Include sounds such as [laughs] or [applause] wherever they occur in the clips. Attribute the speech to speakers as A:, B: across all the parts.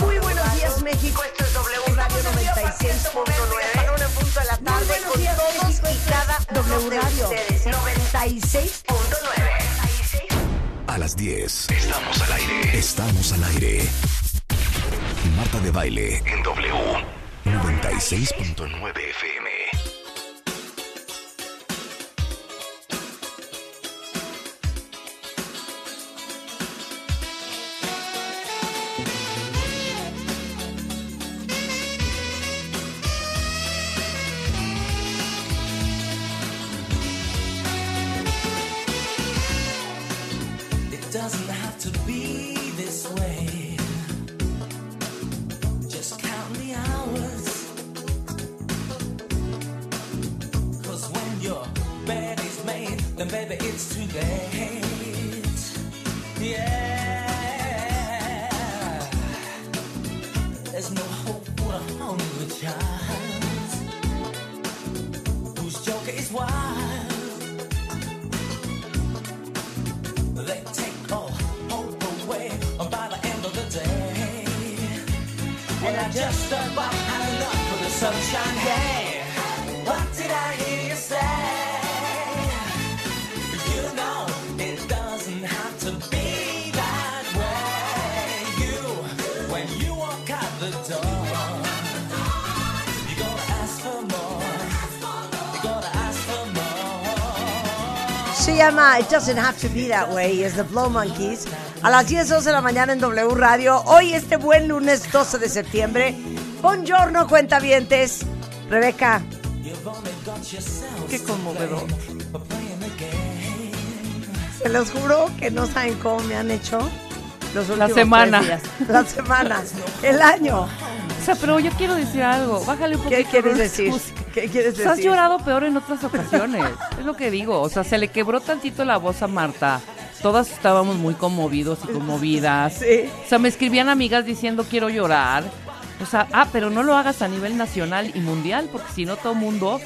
A: Muy buenos días, México.
B: Esto es W
A: Radio
B: Radio
A: 96.9.
B: 96.9 en punto de la
A: Muy
B: tarde
A: buenos
B: con
A: días,
B: todos
A: México.
B: y cada uno
A: W
B: de
A: Radio
B: ustedes.
A: 96.
B: 96.9.
C: A las 10. Estamos al aire. Estamos al aire. Marta de baile en W. 96.9 FM.
D: It doesn't have to be this way. Just count the hours. Cause when your bed is made, then baby it's too late. Yeah. There's no hope for a hungry child whose joker is wild. They take all hope away by the end of the day. And I just about had enough of the sunshine. Hey, what did I hear you say? You know it doesn't have to be that way. You, when you walk out the door, you're gonna ask for more. You're gonna ask for more.
A: Se llama It Doesn't Have to Be That Way. Es The Blow Monkeys. A las 10, 12 de la mañana en W Radio. Hoy, este buen lunes 12 de septiembre. Buongiorno, cuentavientes. Rebeca,
D: Qué conmovedor.
A: se los juro que no saben cómo me han hecho los últimos tres
E: semana.
A: días. La semana. El año.
E: O sea, pero yo quiero decir algo. Bájale un poquito.
A: ¿Qué quieres
E: Ruth.
A: decir? ¿Qué quieres
E: Pues, Has
A: decir?
E: llorado peor en otras
A: [laughs]
E: ocasiones. es lo que digo. O sea, se le quebró tantito la voz a Marta. Todas estábamos muy conmovidos y conmovidas.
A: Ah, Sí.
E: O sea, me escribían amigas diciendo quiero llorar. O sea, ah, pero no lo hagas a nivel nacional y mundial, porque si no todo mundo.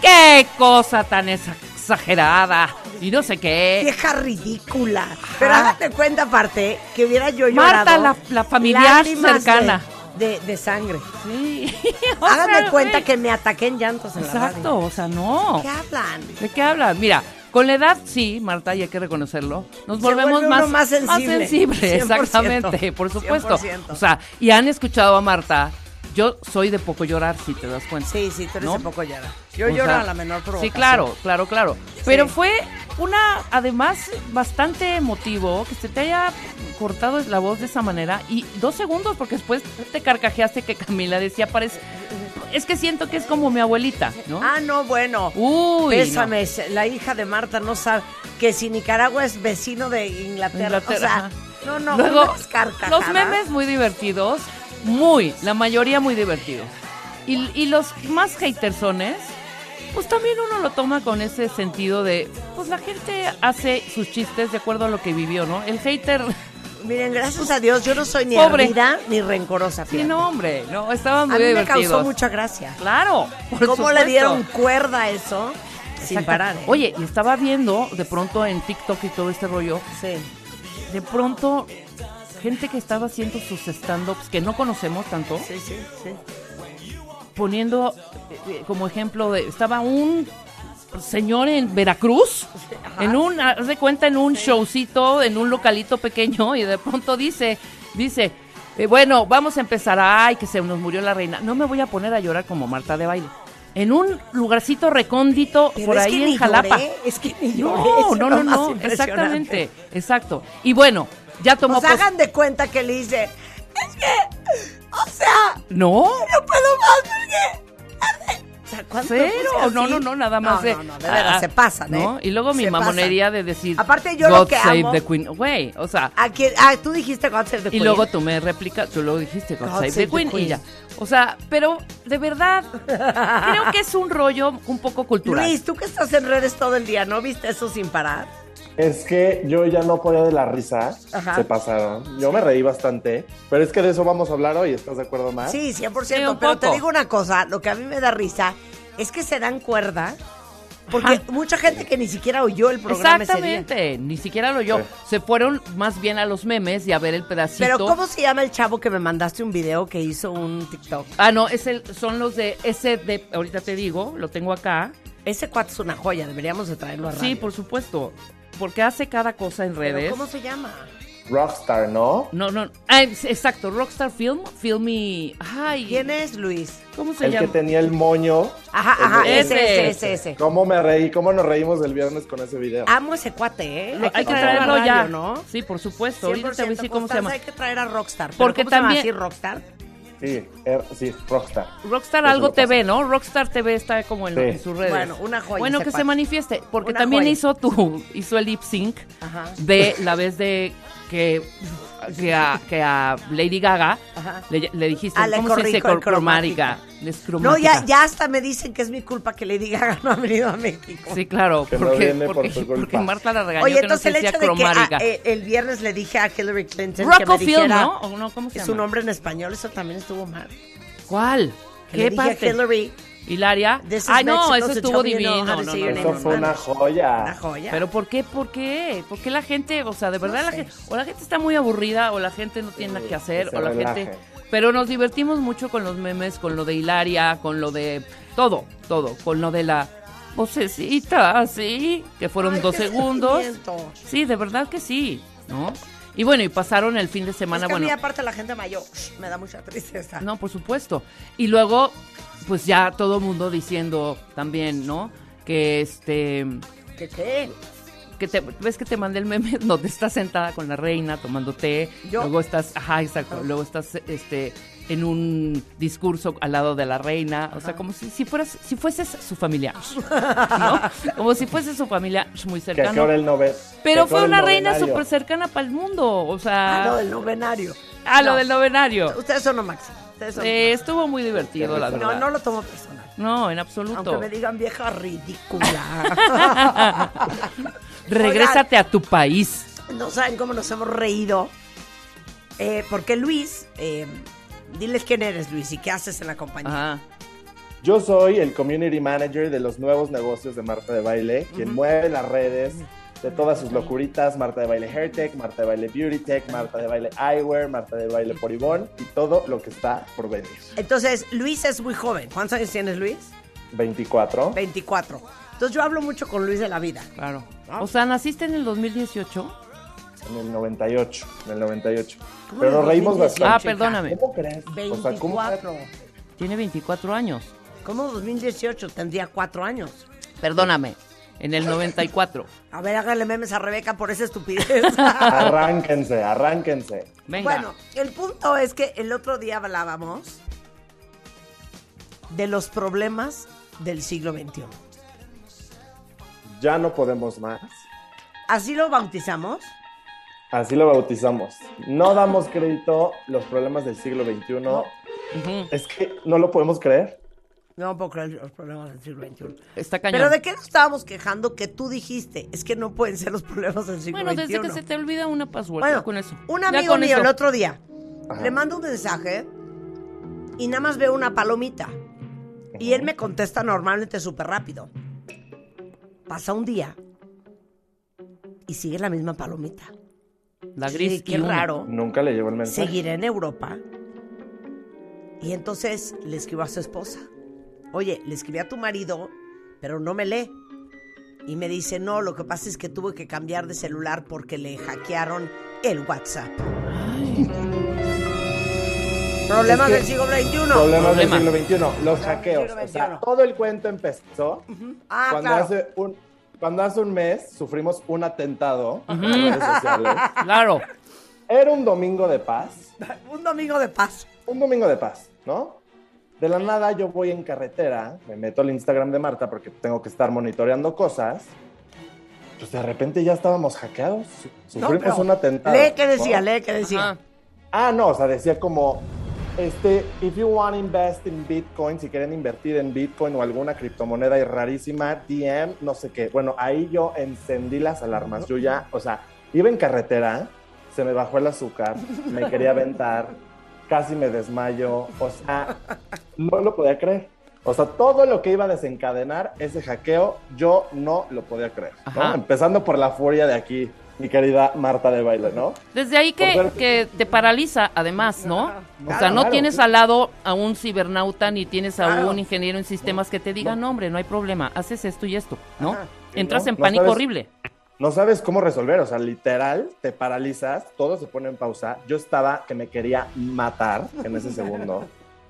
E: ¡Qué cosa tan exa- exagerada! Y no sé qué.
A: vieja ridícula. Pero hágate cuenta aparte que hubiera yo llorado.
E: Marta, la- la familiar
A: lágrimas
E: cercana.
A: De, de- de sangre.
E: Sí. [laughs] O sea,
A: Háganme cuenta
E: güey.
A: que me ataqué en llantos en la
E: Exacto,
A: radio.
E: o sea, no.
A: ¿Qué hablan?
E: ¿De qué hablas? Mira, con la edad sí, Marta, y hay que reconocerlo. Nos
A: Se
E: volvemos
A: vuelve uno
E: más,
A: más sensible. [laughs]
E: sensibles,
A: 100%,
E: exactamente, por supuesto.
A: 100%.
E: O sea, y han escuchado a Marta. Yo soy de poco llorar, si te das cuenta.
A: Sí, sí, tú eres
E: ¿No?
A: de poco llora. Yo
E: O
A: lloro
E: sea,
A: a la menor provocación.
E: Sí, claro, claro, claro. Pero fue una, además, bastante emotivo que se te haya cortado la voz de esa manera. Y dos segundos, porque después te carcajeaste que Camila decía, parece... Es que siento que es como mi abuelita, ¿no?
A: Ah, no, bueno.
E: Uy, no.
A: Pésame, se- la hija de Marta no sabe que si Nicaragua es vecino de Inglaterra. O
E: Inglaterra,
A: sea,
E: ajá.
A: no, no,
E: Luego,
A: unas carcajadas.
E: los memes muy divertidos, muy, la mayoría muy divertidos. Y, y los más hatersones, pues también uno lo toma con ese sentido de, pues la gente hace sus chistes de acuerdo a lo que vivió, ¿no? El hater, [laughs]
A: Miren, gracias a Dios, yo no soy ni
E: pues, Pobre.
A: hervida ni rencorosa.
E: sí,
A: fíjate.
E: no, hombre, no, estaban
A: a
E: muy
A: mí me
E: divertidos.
A: causó mucha gracia.
E: Claro, por
A: ¿Cómo le
E: supuesto.
A: dieron cuerda a eso? Sin
E: Exacto.
A: parar. ¿eh?
E: Oye, y estaba viendo de pronto en TikTok y todo este rollo,
A: Sí.
E: de pronto gente que estaba haciendo sus stand-ups que no conocemos tanto.
A: Sí, sí, sí.
E: poniendo eh, eh, como ejemplo de estaba un señor en Veracruz en un haz de cuenta en un showcito en un localito pequeño y de pronto dice dice eh, bueno vamos a empezar ay que se nos murió la reina no me voy a poner a llorar como Marta de baile en un lugarcito recóndito
A: Pero
E: por
A: es
E: ahí
A: que
E: en
A: ni
E: Jalapa
A: lloré, es que ni lloré. eso
E: no
A: es
E: no
A: lo
E: no
A: más
E: no
A: impresionante.
E: exactamente exacto y bueno ya tomó
A: Pues
E: pos-
A: hagan de cuenta que le hice. Es que. O sea,
E: no
A: no puedo más porque. O sea, ¿cuánto
E: Cero,
A: puse pues, así?
E: no, no, no, nada más
A: No,
E: de.
A: No, no, de veras,
E: ah,
A: se pasan, ¿eh?
E: ¿no? Y luego mi
A: Se
E: mamonería de decir.
A: Aparte, yo
E: God
A: lo que
E: save
A: amo-
E: the Queen. Güey, o sea.
A: pasan. ¿A quién? Ah, tú dijiste God Save the
E: Y
A: Queen.
E: luego tú me replicas, tú lo dijiste, God, save, the Queen, y ya. O sea, pero de verdad, creo que es un rollo un poco cultural.
A: Luis, tú que estás en redes todo el día, ¿no viste eso sin parar?
F: Es que yo ya no podía de la risa,
A: Ajá.
F: se pasaron. Yo me reí bastante, pero es que de eso vamos a hablar hoy, ¿estás de acuerdo, Mar?
A: Sí, 100%,
E: Sí, un
A: pero te
E: poco.
A: digo una cosa, lo que a mí me da risa es que se dan cuerda Porque mucha gente que ni siquiera oyó el programa ese día.
E: Exactamente, ni siquiera lo yo.
F: Sí.
E: Se fueron más bien a los memes y a ver el pedacito.
A: Pero ¿cómo se llama el chavo que me mandaste un video que hizo un TikTok?
E: Ah, no, es el, son los de ese de, ahorita te digo, lo tengo acá.
A: Ese cuate es una joya, deberíamos de traerlo a radio.
E: Sí, por supuesto, porque hace cada cosa en
A: Pero
E: redes.
A: ¿Cómo se llama?
F: Rockstar, ¿no?
E: No, no, ah, es- exacto, Rockstar Film, Filmy, ay,
A: ¿Quién es Luis?
E: ¿cómo se
F: El
E: llama?
F: que tenía el moño.
A: Ajá,
F: El
A: ajá,
F: de-
A: ese, ese,
E: Ese.
A: ese, ese. Ah.
F: ¿Cómo me reí? ¿Cómo nos reímos el viernes con ese video?
A: Amo ese cuate, ¿eh?
E: Lo- hay que
A: a la
E: traerlo
A: radio,
E: ya,
A: ¿no?
E: Sí, por supuesto. Ahorita te voy
A: 100%
E: a decir cómo se llama.
A: Constanza, Hay que traer a Rockstar. ¿Pero
E: Porque
A: ¿cómo se llama
E: también-
A: así, Rockstar?
F: Sí, er- sí, Rockstar.
E: Rockstar
F: Eso
E: algo
F: lo pasa.
E: TV, ¿no? Rockstar TV está como en,
F: Sí.
E: en sus redes.
A: Bueno, una joya
E: Bueno,
A: ese
E: que
A: cuate.
E: se manifieste, porque
A: Una
E: también
A: joya.
E: hizo tu, hizo el lip sync
A: Ajá.
E: de la vez de que que a, que a Lady Gaga
A: Ajá.
E: le, le dijiste
A: Ah, la
E: cómo se dice
A: corrico-
E: Cor- cromática,
A: No,
E: descromática.
A: ya, ya hasta me dicen que es mi culpa que Lady Gaga no ha venido a México.
E: Sí, claro,
F: Que no
E: porque,
F: viene por
E: porque,
F: tu
E: porque
F: culpa.
E: Marta la regañó
A: Oye,
E: que no
A: entonces
E: se
A: el
E: decía
A: hecho de que
E: cromática.
A: ah, eh, el viernes le dije a Hillary Clinton que me
E: Rockefield,
A: dijera
E: ¿no? ¿O no? ¿Cómo se
A: es
E: llama?
A: un nombre en español, eso también estuvo mal.
E: ¿Cuál?
A: Que le
E: ¿Qué
A: dije a
E: parte?
A: Hillary,
E: Hilaria.
A: This is
E: Ay, no,
A: Mexico,
E: eso
A: so
E: estuvo
A: tell me you know
E: divino.
A: how to
E: no,
A: say
E: no,
A: your
E: no,
A: name.
F: Eso fue una joya.
A: una joya.
E: Pero ¿por qué? ¿Por qué? ¿Por qué la gente, o sea, de verdad la
A: sé.
E: gente, o la gente está muy aburrida, o la gente no tiene nada que hacer,
F: que se
E: o la
F: relaje.
E: gente... Pero nos divertimos mucho con los memes, con lo de Hilaria, con lo de todo, todo, con lo de la vocecita, así, que fueron
A: Ay,
E: dos
A: qué
E: segundos.
A: sentimiento.
E: Sí, de verdad que sí, ¿no? Y bueno, y pasaron el fin de
A: Es
E: semana,
A: que
E: bueno,
A: a mí aparte la gente mayor me da mucha tristeza.
E: no, por supuesto. Y luego, pues ya todo mundo diciendo también, ¿no? Que este...
A: ¿Qué qué?
E: que te, ves que te mandé el meme [laughs] donde estás sentada con la reina tomando té,
A: ¿Yo?
E: luego estás, ajá, exacto, luego estás este en un discurso al lado de la reina, o sea, como si, si fueras si fueses su familiar, ¿no? Como si fueses su familia muy
F: Que a qué hora
E: cercano.
F: el novel. que a
E: Pero
F: qué hora
E: fue
F: el
E: una reina
F: novenario.
E: súper cercana para el mundo, o
A: Ah, no,
E: sea,
A: del novenario.
E: a lo
A: Ah, No,
E: del novenario.
A: Ustedes son lo máximo. Ustedes son lo
E: Eh, estuvo muy divertido, la
A: máximo. no,
E: verdad.
A: no lo tomo personal.
E: No, en
A: Aunque
E: absoluto.
A: me digan vieja
E: [laughs]
A: ridícula.
E: Regrésate a tu país.
A: no saben cómo nos hemos reído. Eh, porque Luis, eh, diles quién eres Luis y qué haces en la compañía.
E: Ajá.
F: Yo soy el community manager de los nuevos negocios de Marta de Baile, quien mueve las redes de todas sus locuritas, Marta de Baile Hairtech, Marta de Baile Beauty Tech, Marta de Baile Eyewear, Marta de Baile Poribón y todo lo que está por venir.
A: Entonces, Luis es muy joven. ¿Cuántos años tienes, Luis?
F: 24.
A: 24. Entonces, yo hablo mucho con Luis de la vida.
E: Claro.
A: Ah.
E: O sea, naciste en el 2018.
F: En el 98, en el 98.
A: ¿Cómo
F: Pero
A: en el
F: nos reímos
A: 2018?
F: bastante.
E: Ah, perdóname.
F: ¿Cómo crees? O sea, ¿cómo
A: 24.
E: Tiene 24 años.
A: ¿Cómo 2018? Tendría 4 años.
E: Perdóname. En el 94.
A: A ver, háganle memes a Rebeca por esa estupidez.
E: [laughs]
F: Arránquense, arránquense.
E: Venga.
A: Bueno, el punto es que el otro día hablábamos de los problemas del siglo XXI.
F: Ya no podemos más.
A: Así lo bautizamos.
F: Así lo bautizamos. No damos crédito los problemas del siglo XXI.
E: Ujú.
F: Es que no lo podemos creer.
A: No puedo creer los problemas del siglo XXI.
E: Está cañón.
A: Pero ¿de qué nos estábamos quejando que tú dijiste? Es que no pueden ser los problemas del siglo
E: bueno,
A: XXI.
E: desde que se te olvida una password. ya
A: Bueno,
E: con eso.
A: un
E: Ya
A: amigo
E: con
A: mío
E: eso.
A: el otro día
F: Ajá.
A: le mando un mensaje y nada más veo una palomita. Y él me contesta normalmente súper rápido. Pasa un día y sigue la misma palomita.
E: La
A: Sí,
E: gris.
A: qué
E: y una.
A: raro.
F: Nunca le llegó el mensaje.
A: Seguiré en Europa. Y entonces le escribo a su esposa. Oye, le escribí a tu marido, pero no me lee. Y me dice, no, lo que pasa es que tuve que cambiar de celular porque le hackearon el WhatsApp. Problemas del siglo XXI.
F: Problemas
E: Problema.
F: del siglo XXI, los hackeos. O sea, todo el cuento empezó
A: Ah,
F: cuando,
A: claro.
F: hace un, cuando hace un mes sufrimos un atentado en redes sociales.
E: Claro.
F: Era un domingo de paz.
A: Un domingo de paz.
F: un domingo de paz, ¿no? De la nada yo voy en carretera, me meto al Instagram de Marta porque tengo que estar monitoreando cosas. Pues de repente ya estábamos hackeados. su-
A: No,
F: Sufrimos
A: pero
F: un atentado.
A: Lee que decía,
F: ¿no?
A: lee que decía.
E: Ajá.
F: Ah, no, o sea, decía como, este, if you want to invest in Bitcoin, si quieren invertir en Bitcoin o alguna criptomoneda y rarísima, DM, no sé qué. Bueno, ahí yo encendí las alarmas. Yo ya, o sea, iba en carretera, se me bajó el azúcar, me quería aventar, casi me desmayo, o sea, no lo podía creer. O sea, todo lo que iba a desencadenar ese hackeo, yo no lo podía creer. ¿no?
E: Ajá.
F: Empezando por la furia de aquí, mi querida Marta de baile, ¿no?
E: Desde ahí que,
F: Por ver-
E: que te paraliza, además, ¿no? O sea,
F: Claro,
E: no
F: claro.
E: tienes al lado a un cibernauta ni tienes a
A: Claro.
E: un ingeniero en sistemas que te diga, no, hombre, no hay problema, haces esto y esto, ¿no?
A: Ajá.
F: Sí,
E: Entras
F: ¿no?
E: en
F: No
E: pánico
F: sabes-
E: horrible.
F: No sabes cómo resolver, o sea, literal, te paralizas, todo se pone en pausa. Yo estaba que me quería matar en ese segundo.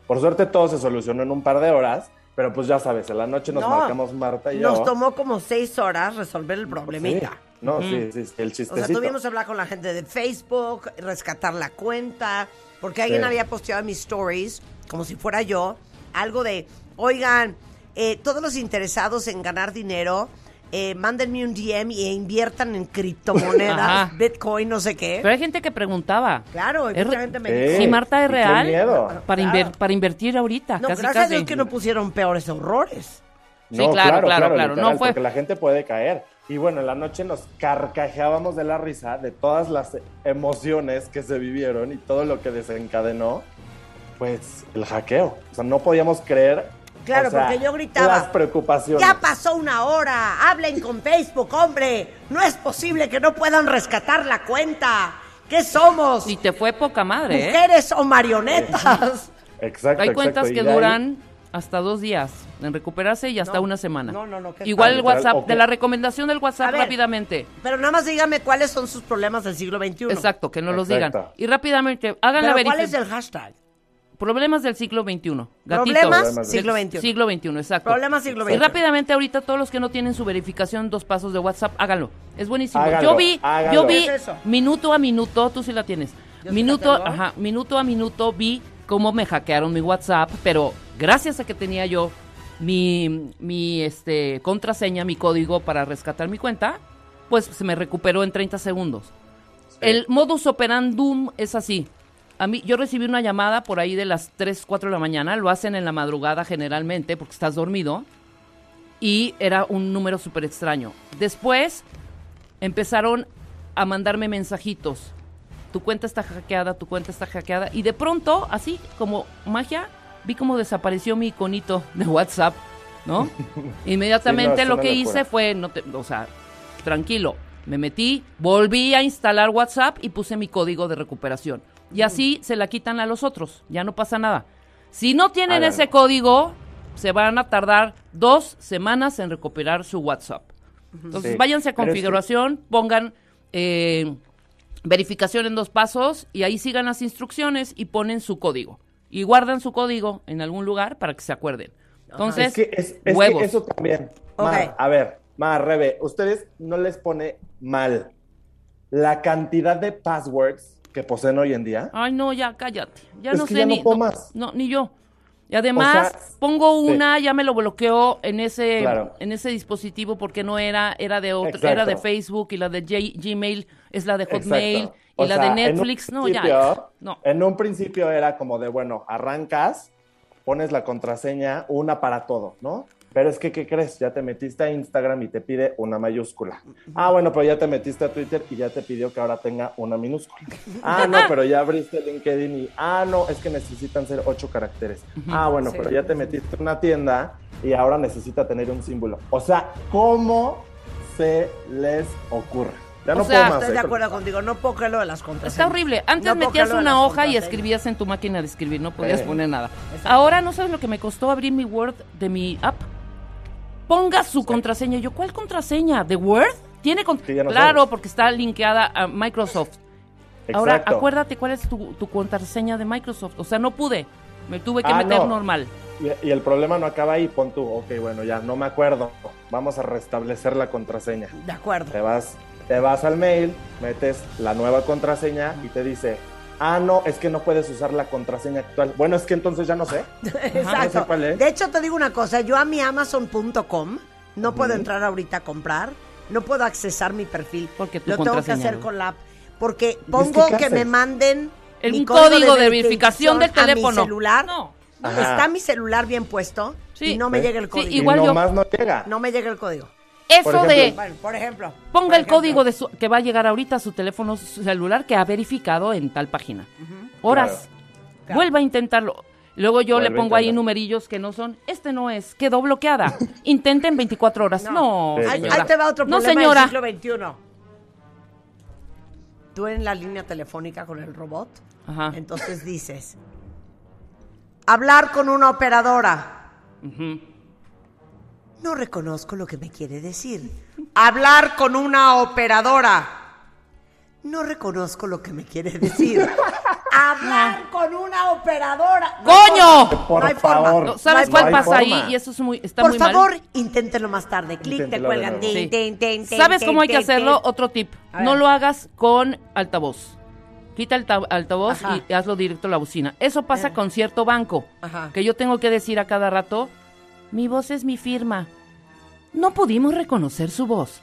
F: Por suerte todo se solucionó en un par de horas, pero pues ya sabes, en la noche nos
A: No,
F: marcamos Marta y yo.
A: Nos tomó como seis horas resolver el problemita.
F: Sí, No, sí, sí, sí, el
A: O sea,
F: chistecito.
A: tuvimos que hablar con la gente de Facebook, rescatar la cuenta, porque alguien
F: Sí.
A: había posteado en mis stories, como si fuera yo, algo de, oigan, eh, todos los interesados en ganar dinero, eh, mándenme un DM e inviertan en criptomonedas,
E: Ajá.
A: Bitcoin, no sé qué.
E: Pero hay gente que preguntaba.
A: Claro, y
E: Es
A: mucha
E: re-
A: gente me
F: Sí.
A: dijo.
E: Sí, Marta, ¿es
F: y qué
E: real?
F: miedo.
E: Para,
A: Claro.
E: inver- para invertir ahorita.
A: No,
E: casi,
A: gracias a
E: casi.
A: Dios que no pusieron peores horrores.
E: Sí, claro, claro, claro, no fue-
F: Porque la gente puede caer. Y bueno, en la noche nos carcajeábamos de la risa de todas las emociones que se vivieron y todo lo que desencadenó, pues el hackeo. O sea, no podíamos creer.
A: Claro,
F: o sea,
A: porque yo gritaba,
F: Las preocupaciones.
A: Ya pasó una hora, hablen con Facebook, hombre. No es posible que no puedan rescatar la cuenta. ¿Qué somos?
E: Y te fue poca madre, ¿eh?
A: mujeres o marionetas.
F: Exacto.
E: Hay
F: exacto.
E: cuentas
F: Y
E: que
F: de ahí-
E: duran hasta dos días en recuperarse y hasta
A: No,
E: una semana.
A: no, no, no, qué
E: Igual el
F: espanto.
E: WhatsApp,
F: Ok.
E: de la recomendación del
A: A
E: WhatsApp
A: ver.
E: rápidamente.
A: Pero nada más dígame cuáles son sus problemas del siglo XXI.
E: Exacto, que no los digan.
F: Exacto.
E: Y rápidamente, hagan la
A: Pero ¿cuál es
E: verificación.
A: el hashtag?
E: Problemas del siglo XXI. Gatitos.
A: Problemas
F: del-
A: siglo XXI.
E: Siglo XXI, exacto.
A: Problemas siglo
E: Y
A: XXI.
E: rápidamente ahorita todos los que no tienen su verificación dos pasos de WhatsApp, háganlo. Es buenísimo.
F: Háganlo,
E: yo vi,
F: háganlo.
E: yo vi
A: ¿Qué es eso?
E: minuto a minuto, tú sí la tienes.
A: Yo sí
E: minuto,
A: la tengo.
E: ajá, minuto a minuto vi cómo me hackearon mi WhatsApp, pero gracias a que tenía yo mi mi este contraseña, mi código para rescatar mi cuenta, pues se me recuperó en 30 segundos. El modus operandum es así. A mí, yo recibí una llamada por ahí de las 3, 4 de la mañana. Lo hacen en la madrugada generalmente porque estás dormido. Y era un número súper extraño. Después empezaron a mandarme mensajitos. Tu cuenta está hackeada, tu cuenta está hackeada. Y de pronto, así como magia, vi como desapareció mi iconito de WhatsApp,
F: [laughs]
E: ¿no? Inmediatamente
F: Sí, no, es
E: lo
F: una
E: que
F: locura.
E: hice fue, no te- o sea, tranquilo, me metí, volví a instalar WhatsApp y puse mi código de recuperación. Y
F: Mm.
E: así se la quitan a los otros, ya no pasa nada. Si no tienen
F: Háganlo.
E: ese código, se van a tardar dos semanas en recuperar su WhatsApp. Entonces
F: Sí,
E: váyanse a
F: pero es que-
E: configuración, pongan eh, verificación en dos pasos y ahí sigan las instrucciones y ponen su código. Y guardan su código en algún lugar para que se acuerden. Entonces,
F: Es que, es- es que
E: huevos.
F: eso también.
A: Ok.
F: Mar, a ver, Mar, Rebe, ustedes no les pone mal la cantidad de passwords que poseen hoy en día.
E: Ay, no, ya cállate. Ya
F: Es
E: no
F: que
E: sé
F: ya no
E: ni.
F: puedo más.
E: no, ni yo. Y además,
F: O sea,
E: pongo
F: sí.
E: una, ya me lo bloqueó en ese,
F: Claro.
E: en ese dispositivo porque no era, era de otro,
F: Exacto.
E: era de Facebook y la de J- Gmail es la de Hotmail
F: Exacto.
E: y
F: O
E: la
F: sea,
E: de
F: en un
E: Netflix. No, ya.
F: principio-
E: No.
F: En un principio era como de, bueno, arrancas, pones la contraseña, una para todo, ¿no? Pero es que, ¿qué crees? Ya te metiste a Instagram y te pide una mayúscula. Ah, bueno, pero ya te metiste a Twitter y ya te pidió que ahora tenga una minúscula. Ah, no, pero ya abriste LinkedIn y, ah, no, es que necesitan ser ocho caracteres. Ah, bueno, pero ya te metiste a una tienda y ahora necesita tener un símbolo. O sea, ¿cómo se les ocurre? Ya
E: O
F: no
E: sea,
F: puedo más.
A: Estoy de
F: ¿eh?
A: acuerdo contigo, no puedo creer lo de las contraseñas.
E: Está horrible. Antes
A: No puedo creer
E: metías
A: lo de
E: una
A: las
E: hoja y
A: contraseñas.
E: escribías en tu máquina de escribir, no podías
F: Sí.
E: poner nada. Ahora no sabes lo que me costó abrir mi Word de mi app. Ponga su contraseña. Y Yo, ¿cuál contraseña? ¿De Word? Tiene con-
F: Sí, ya no
E: Claro,
F: sabes.
E: porque está linkeada a Microsoft. Ahora
F: Exacto.
E: acuérdate cuál es tu, tu contraseña de Microsoft. O sea, no pude. Me tuve que
F: Ah,
E: meter
F: no.
E: normal.
F: Y, y el problema no acaba ahí, pon tú, ok, bueno, ya no me acuerdo, vamos a restablecer la contraseña.
A: De acuerdo.
F: Te vas, te vas al mail, metes la nueva contraseña y te dice, ah, no, es que no puedes usar la contraseña actual. Bueno, es que entonces ya
E: [laughs]
F: no sé.
A: Exacto.
F: No sé cuál es.
A: De hecho, te digo una cosa, yo a mi Amazon.com no puedo entrar ahorita a comprar, no puedo accesar mi perfil.
E: Porque tu
A: Lo tengo que
E: contraseña,
A: hacer
E: ¿no?
A: con la app. Porque pongo
F: qué
A: que me
F: haces?
A: manden
E: El-
A: mi
E: un código de verificación del
A: A mi
E: teléfono.
A: celular.
E: No.
F: Ajá.
A: Está mi celular bien puesto
E: Sí.
A: y no me
F: ¿Eh?
A: llega el
E: Sí,
A: código.
F: Y
E: Igual yo-
F: nomás no llega.
A: No me llega el código.
E: Eso
F: Por
E: de
F: ejemplo,
A: Bueno, por ejemplo. por
E: ponga el
A: ejemplo.
E: código de su- que va a llegar ahorita a su teléfono celular que ha verificado en tal página. Horas.
A: Claro.
E: Vuelva a intentarlo. Luego yo
F: Vuelve
E: le
F: a
E: pongo ahí
F: intentar.
E: numerillos que no son, este no es, quedó bloqueada. Intenten 24 horas. No,
F: Sí,
A: Ahí,
E: señora.
A: ahí te va otro
E: No,
A: problema
E: señora.
A: del siglo XXI. Tú en la línea telefónica con el robot,
E: Ajá.
A: entonces dices, hablar con una operadora. No reconozco lo que me quiere decir. Hablar con una operadora. No reconozco lo que me quiere
E: [laughs]
A: decir. Hablar con una operadora. No hay
E: ¡Coño!
A: forma,
F: Por
A: no hay forma.
F: favor.
E: No, ¿Sabes
A: No
E: cuál
A: hay
E: pasa ahí?
F: forma.
E: Y eso es muy, está
A: Por
E: muy mal.
A: favor, inténtelo más tarde. Clic, te
F: Inténtelo de
A: cuelgan.
F: nuevo.
E: Sí.
A: Tin, tin, tin, tin,
E: ¿Sabes
A: tin,
E: cómo hay que
A: tin,
E: hacerlo?
A: tin.
E: Otro tip.
A: A
E: No
A: ver.
E: lo hagas con altavoz. Quita el ta- altavoz
A: Ajá.
E: y hazlo directo a la bocina. Eso pasa con cierto banco,
A: Ajá.
E: que yo tengo que decir a cada rato, mi voz es mi firma. No pudimos reconocer
A: [laughs]
E: su voz.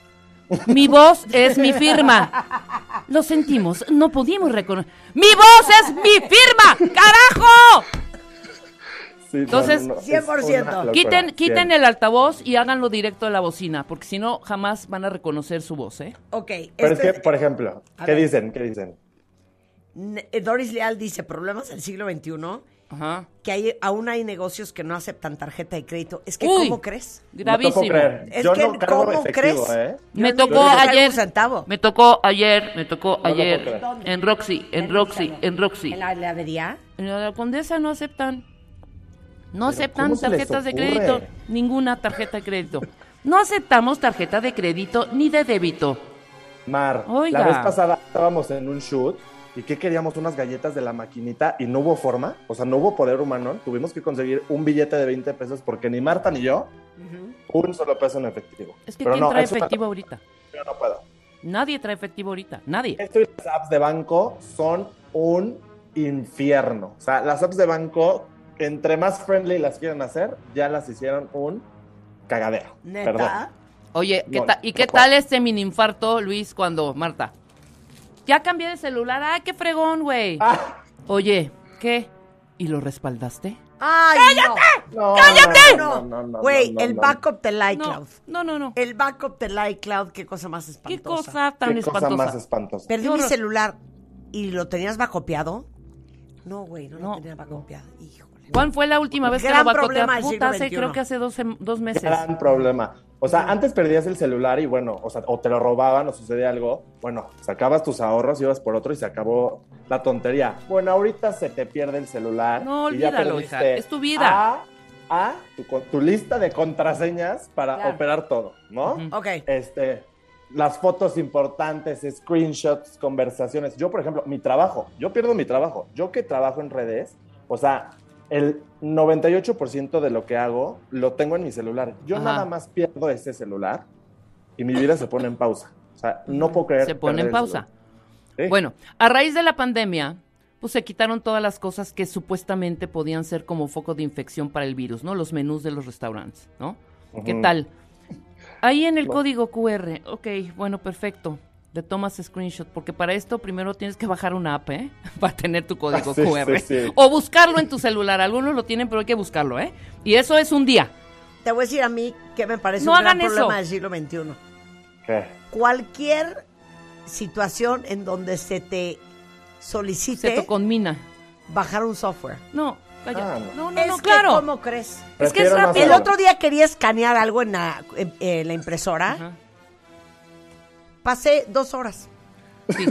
E: Mi voz es mi firma. Lo sentimos, no pudimos reconocer. ¡Mi voz es mi firma! ¡Carajo!
F: Sí, no,
E: Entonces,
F: no, no, es
A: 100%.
F: una locura.
E: Quiten,
F: Bien.
E: quiten el altavoz y háganlo directo de la bocina, porque si no, jamás van a reconocer su voz, ¿eh?
A: Ok. este
F: Pero
A: esto
F: es que, por ejemplo,
A: A
F: ¿qué
A: ver.
F: dicen? ¿Qué dicen?
A: N- eh, Doris Leal dice, problemas del siglo XXI,
E: Ajá.
A: que hay, aún hay negocios que no aceptan tarjeta de crédito. Es que,
E: Uy.
A: ¿cómo crees?
E: Gravísimo.
F: No te puedo creer.
A: Es
F: Yo
A: que,
F: no cargo
A: ¿cómo
F: efectivo,
A: crees?
F: ¿eh?
A: Yo
E: Me
A: no
E: tocó
A: creo que traiga
E: ayer.
A: un centavo.
E: Me tocó ayer, me tocó
F: lo
E: ayer.
F: puedo
A: creer.
E: en Roxy, en Roxy, en Roxy.
A: ¿En la heladería?
E: En la Condesa no aceptan. No aceptan
F: ¿cómo se les
E: tarjetas de
F: ocurre?
E: crédito. Ninguna tarjeta de crédito. No aceptamos tarjeta de crédito ni de débito.
F: Mar,
E: Oiga.
F: la vez pasada estábamos en un shoot y que queríamos unas galletas de la maquinita y no hubo forma, o sea, no hubo poder humano, tuvimos que conseguir un billete de 20 pesos porque ni Marta ni yo, un solo peso en efectivo.
E: Es que
F: Pero
E: ¿quién
F: no,
E: trae
F: es una
E: efectivo ahorita?
F: locura, Yo no puedo.
E: Nadie trae efectivo ahorita. Nadie.
F: Esto y las apps de banco son un infierno. O sea, las apps de banco, entre más friendly las quieren hacer, ya las hicieron un cagadero.
A: ¿Neta? [laughs]
F: Perdón.
E: Oye, ¿qué
F: No,
E: ta- ¿y
F: no
E: qué
F: puedo.
E: tal este mini infarto, Luis, cuando Marta? Ya cambié de celular. ¡Ay, qué fregón, güey!
F: Ah,
E: Oye, ¿qué? ¿Y lo respaldaste?
A: ¡Ay, no!
F: no,
A: ¡Cállate!
F: no, no, no, no,
A: Güey,
F: no,
A: el
F: no.
A: backup del
E: No,
A: iCloud.
E: no, no, no.
A: El backup del iCloud, qué cosa más espantosa.
E: ¿Qué cosa tan
F: Qué cosa
E: espantosa?
F: más espantosa.
A: Perdí
E: Qué
A: mi
E: horror.
A: celular y lo tenías bacopeado. No, güey, no,
E: No.
A: lo tenía bacopeado. Híjole.
E: ¿Cuándo fue la última vez
A: Gran
E: que lo
A: problema
E: bacotea?
A: del
E: Puta,
A: siglo
E: hace,
A: XXI.
E: creo que hace dos, sem- dos meses.
F: Gran problema. O sea, antes perdías el celular y bueno, o sea, o te lo robaban o sucedía algo. Bueno, sacabas tus ahorros, ibas por otro y se acabó la tontería. Bueno, ahorita se te pierde el celular.
E: No,
F: y ya
E: olvídalo, hija.
F: perdiste
E: Es tu vida.
F: A, a tu, con- tu lista de contraseñas para
A: Claro.
F: operar todo, ¿no?
E: Ujú.
A: Ok.
F: Este, las fotos importantes, screenshots, conversaciones. Yo, por ejemplo, mi trabajo, yo pierdo mi trabajo. Yo que trabajo en redes, o sea, el 98% de lo que hago lo tengo en mi celular. Yo
E: Ajá.
F: nada más pierdo ese celular y mi vida se pone en pausa. O sea, no puedo creer.
E: Se pone
F: perder
E: en
F: el
E: pausa.
F: celular. Sí.
E: Bueno, a raíz de la pandemia, pues se quitaron todas las cosas que supuestamente podían ser como foco de infección para el virus, ¿no? Los menús de los restaurantes, ¿no? ¿Qué
F: Ujú.
E: tal? Ahí en el
F: No.
E: código QR, ok, bueno, perfecto. Le tomas screenshot, porque para esto primero tienes que bajar una app, ¿eh? [laughs] Para tener tu código
F: Ah, sí,
E: QR.
F: sí, sí.
E: O buscarlo en tu celular. Algunos lo tienen, pero hay que buscarlo, ¿eh? Y eso es un día.
A: Te voy a decir a mí que me parece
E: No
A: un gran
E: hagan eso.
A: problema del siglo XXI.
F: ¿Qué?
A: Cualquier situación en donde se te solicite
E: Se tocó en mina.
A: bajar un software.
E: No, calla.
F: Ah,
E: no, no,
A: es
E: no,
A: que,
E: claro.
A: ¿Cómo crees?
E: Es que es
F: Prefiero no
E: rápido.
A: El
F: hacerlo.
A: otro día quería escanear algo en la, en- en la impresora.
E: Ajá.
A: Pasé dos horas.
E: Sí.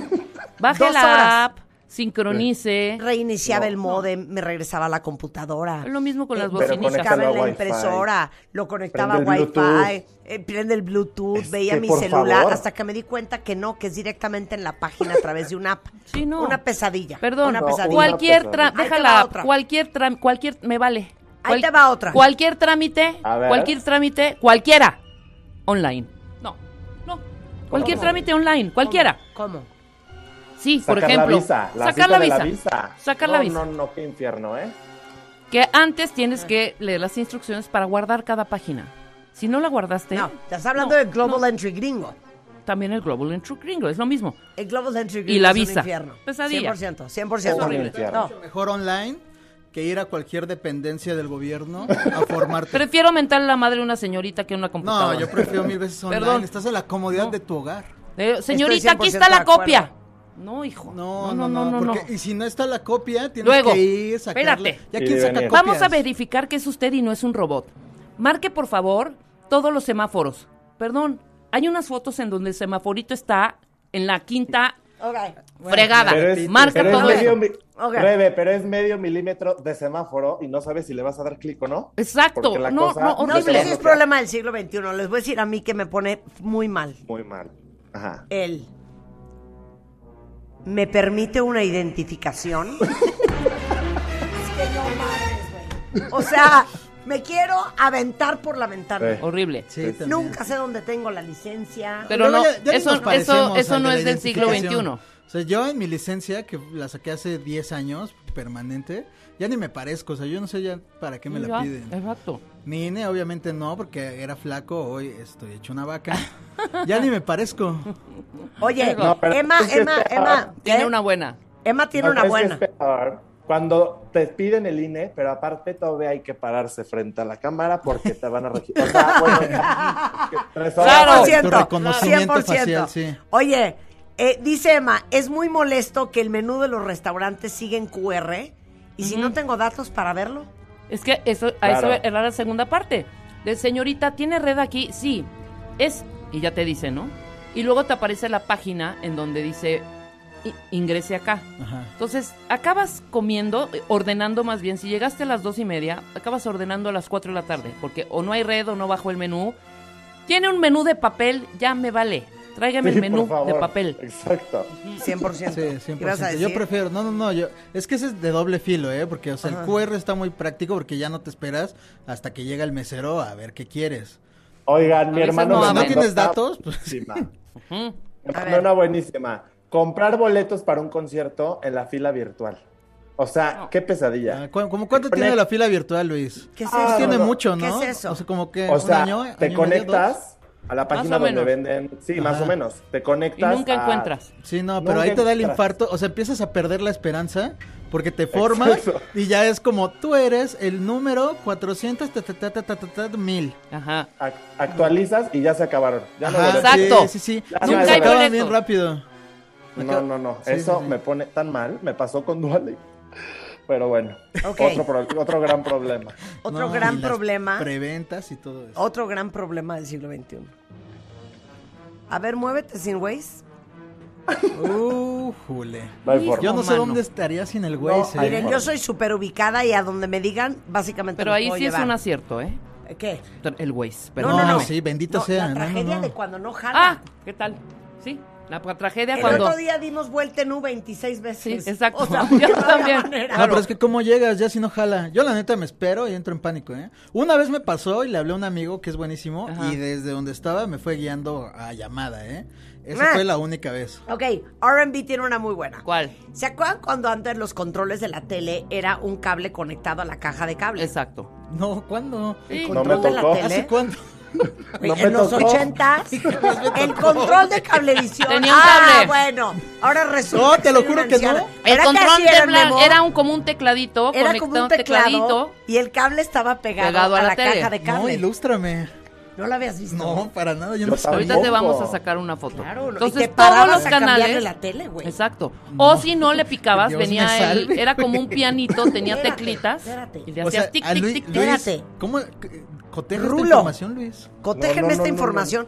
E: Baje
A: Dos
E: la
A: horas.
E: app, sincronice.
A: Reiniciaba
F: No,
A: el modem, me regresaba a la computadora.
E: Lo mismo
A: Eh,
E: con las
F: Eh, Pero
E: bocinitas.
F: conéctalo
A: Buscaba
F: a
A: en la
F: Wi-Fi.
A: impresora, lo conectaba
F: Prende
A: a
F: el
A: Wi-Fi,
F: Bluetooth.
A: eh, prende el Bluetooth,
F: Es
A: veía
F: que,
A: mi
F: por
A: celular,
F: favor.
A: hasta que me di cuenta que no, que es directamente en la página a través de una app.
E: Sí, [laughs] no.
A: Una pesadilla.
E: Perdón,
A: una
F: No,
A: pesadilla.
F: una
E: cualquier
F: pesadilla.
E: trámite,
A: Ahí te
E: déjala,
A: va otra.
E: cualquier trámite, cualquier, me vale.
A: Ahí te va otra.
E: Cualquier trámite,
F: A ver.
E: cualquier trámite, cualquiera, online. No, no, cualquier trámite online, cualquiera.
A: ¿Cómo?
E: Sí,
F: Sacar
E: por ejemplo,
F: la visa, la
E: sacar
F: cita
E: la
F: de
E: visa,
F: la visa.
E: sacar
F: no,
E: la visa.
F: No, no, qué infierno, ¿eh?
E: que antes tienes que leer las instrucciones para guardar cada página. Si no la guardaste,
A: No, estás hablando
E: no,
A: del Global Entry Gringo.
E: también el Global Entry Gringo, es lo mismo.
A: El Global Entry Gringo
E: Y la
A: es un
E: visa.
A: infierno.
E: Pesadilla. Oh,
A: 100%,
F: Es
A: 100%.
F: horrible.
A: No,
G: Mejor online que ir a cualquier dependencia del gobierno a formarte.
E: [laughs] Prefiero mentar la madre a una señorita que a una computadora.
G: no, yo prefiero mil veces online.
E: Perdón.
G: Estás en la comodidad
E: No.
G: de tu hogar.
E: Eh, señorita, aquí
A: 100%
E: está
A: de
E: la
A: acuerdo.
E: copia. No, hijo.
G: No, no, no, porque- Y si no está la copia, tienes
E: Luego,
G: que ir, sacarla.
E: espérate.
G: ¿Ya
F: Sí,
G: quién saca
F: Daniel.
G: copias?
E: Vamos a verificar que es usted y no es un robot. Marque, por favor, todos los semáforos. Perdón, hay unas fotos en donde el semaforito está en la quinta
A: Ok.
E: fregada.
F: Pero es,
E: Marca
F: pero es
E: todo
F: medio
E: eso.
F: mi-
A: Ok.
F: Rebe, pero es medio milímetro de semáforo y no sabes si le vas a dar clic o no.
E: Exacto.
F: Porque la
E: No,
F: cosa
E: no,
A: No, pero
E: horrible.
A: ese es problema del siglo XXI. Les voy a decir a mí que me pone muy mal.
F: Muy mal. Ajá.
A: Él me permite una
F: [laughs]
A: identificación. O sea, me quiero aventar por la ventana.
F: Sí.
E: Horrible.
G: Sí, también.
A: Nunca sé dónde tengo la licencia.
E: Pero no,
G: ya- ya ni
E: eso-
G: nos
E: eso-
G: parecemos
E: eso
G: al
E: no
G: de la
E: es del siglo
G: identificación.
E: XXI.
G: O sea, yo en mi licencia, que la saqué hace 10 años, permanente, ya ni me parezco. O sea, yo no sé ya para qué me la
E: Ya,
G: piden.
E: Exacto.
G: Mi INE, obviamente no, porque era flaco, hoy estoy hecho una vaca. Ya ni me parezco.
A: Oye,
E: No,
F: pero
A: Emma,
F: es que
A: Emma,
F: está-
A: Emma. ¿qué?
E: Tiene una buena.
A: Emma tiene
F: No,
A: una
F: es que
A: buena.
F: es peor Cuando te piden el INE, pero aparte todavía hay que pararse frente a la cámara porque te van a registrar. O sea,
E: [laughs]
F: bueno, que tres horas.
E: Claro.
A: 100%.
G: Tu reconocimiento
A: 100%.
G: facial, sí.
A: Oye, eh, dice Emma, es muy molesto que el menú de los restaurantes sigue en QR y si no tengo datos para verlo.
E: Es que eso, a
F: Claro.
E: eso era la segunda parte. De señorita, ¿tiene red aquí? Sí. Es, y ya te dice, ¿no? Y luego te aparece la página en donde dice, "I- ingrese acá.
G: Ajá.
E: Entonces, acabas comiendo, eh, ordenando más bien. Si llegaste a las dos y media, acabas ordenando a las cuatro de la tarde. Porque o no hay red o no bajo el menú. Tiene un menú de papel, ya me vale. Tráigame
F: Sí,
E: el menú
F: por favor.
E: de papel.
F: Exacto.
A: 100%.
G: Sí,
A: ¿Qué vas a
G: 100%. Yo
A: decir?
G: prefiero, no, no, no, yo, es que ese es de doble filo, ¿eh? Porque, o sea, el QR está muy práctico porque ya no te esperas hasta que llega el mesero a ver qué quieres.
F: Oigan, mi
E: veces
F: hermano.
E: no,
F: me
E: a ver.
F: mandó
E: ¿No
G: tienes
F: una
G: datos? Pues-
F: buenísima.
E: Ujú.
F: Me
A: A
F: mandó
A: ver.
F: una buenísima. Comprar boletos para un concierto en la fila virtual. O sea, qué pesadilla.
G: [laughs] Ah, ¿cu- como cuánto tiene la fila virtual, Luis?
A: ¿Qué es
G: Pues
A: eso?
G: tiene
F: Ah, no, no.
G: mucho,
A: ¿Qué
G: ¿no?
A: es eso?
G: O sea, como que
F: O sea,
G: un año, año y
F: te
G: medio,
F: conectas a la página
E: o
F: donde
E: menos.
F: venden. Sí, más
G: Ajá.
F: o menos. Te
E: Y
F: conectas.
E: nunca
F: a-
E: encuentras.
G: dos. Sí, no,
F: No,
G: pero ahí
F: ya
G: te da el
F: entras.
G: infarto, o sea, empiezas a perder la esperanza porque te formas
F: Exacto.
G: y ya es como tú eres el número 400 ta, ta, ta, ta, ta, ta, ta, mil.
E: Ajá.
F: ac- actualizas y ya se acabaron. Ya no
G: Ajá,
F: boletos.
E: Exacto.
G: Sí, sí, sí.
F: Ya
G: Se
F: no hay
G: acaban
E: boleto.
G: bien rápido.
F: No, no, no.
G: Sí,
F: Eso
G: sí, sí.
F: me pone tan mal. Me pasó con Duale. Pero bueno,
A: Ok.
F: otro, pro- otro gran problema.
A: Otro
G: No, y
A: gran
G: las
A: problema.
G: Preventas y todo eso.
A: Otro gran problema del siglo XXI. A ver, muévete sin Waze.
G: Uh, jule.
F: No hay forma.
G: Yo no sé
E: mano.
G: dónde estaría sin el güey.
F: No,
G: ese,
F: ahí
G: ¿eh?
A: Miren, yo soy súper ubicada y a donde me digan, básicamente
E: Pero
A: los
E: ahí
A: puedo
E: sí es
A: llevar.
E: un acierto, ¿eh?
A: ¿Qué?
E: El Waze.
A: No,
E: Perdón.
A: no, no.
G: No, sí, bendito
A: No,
G: sea,
A: La
G: no, no,
A: tragedia
G: no.
A: de cuando no
E: Ah,
A: jala.
E: ¿qué tal? Sí, la pa- tragedia
A: El
E: cuando...
A: otro día dimos vuelta en U 26
E: Sí,
A: veces. [laughs]
E: exacto. [laughs]
A: O sea, porque
E: Yo
A: no había
E: también.
A: manera.
G: No, pero es que cómo llegas ya si no jala. Yo la neta me espero y entro en pánico, ¿eh? Una vez me pasó y le hablé a un amigo que es buenísimo
E: Ajá.
G: y desde donde estaba me fue guiando a llamada, ¿eh? Esa
A: Ah.
G: fue la única vez.
A: Ok, RB tiene una muy buena.
E: ¿Cuál?
A: ¿Se acuerdan cuando antes los controles de la tele era un cable conectado a la caja de cables?
E: Exacto.
G: No, ¿cuándo?
E: Ah, Sí.
G: ¿El
F: No me
G: control de la
F: tocó.
G: tele? ¿Hace cuándo?
A: Güey,
F: No me
A: en los
F: tocó.
A: ochentas, ¿Eh? [laughs] el control de cablevisión.
E: Tenía un
A: Ah,
E: cable.
A: bueno, ahora resulta.
G: No,
A: que
G: te lo
A: soy una
G: juro que no.
A: anciana.
E: El
A: Era que
E: control
A: así era,
E: de blan-
A: Memo.
E: era un, como un tecladito,
A: Era
E: conectado
A: como un
E: tecladito.
A: teclado y el cable estaba pegado,
E: Pegado
A: a,
E: a
A: la,
E: la tele.
A: caja de
G: [laughs] No,
A: cable. No,
G: ilústrame.
A: lo habías visto.
G: No, para nada, yo
F: Yo
G: no sabía.
E: Ahorita te vamos a
F: Ojo.
E: sacar una foto.
A: Claro, no. y
E: Entonces,
A: te
E: todos
A: parabas
E: los
A: a cambiarle
E: canales.
A: la tele, güey.
E: Exacto.
G: No.
E: O si no le picabas,
G: Dios me
E: venía el,
G: salve,
E: era como un
G: güey.
E: pianito, tenía
A: Espérate,
E: teclitas.
A: espérate.
E: Y le
G: O sea,
E: hacías tic,
G: a
E: tic,
G: Luis-
E: tic, tic.
G: Luis,
A: Espérate.
G: ¿Cómo eh, cotejas esta
A: Rulo.
G: información, Luis?
A: Cotejen
F: No, no,
A: esta
F: no, no,
A: información.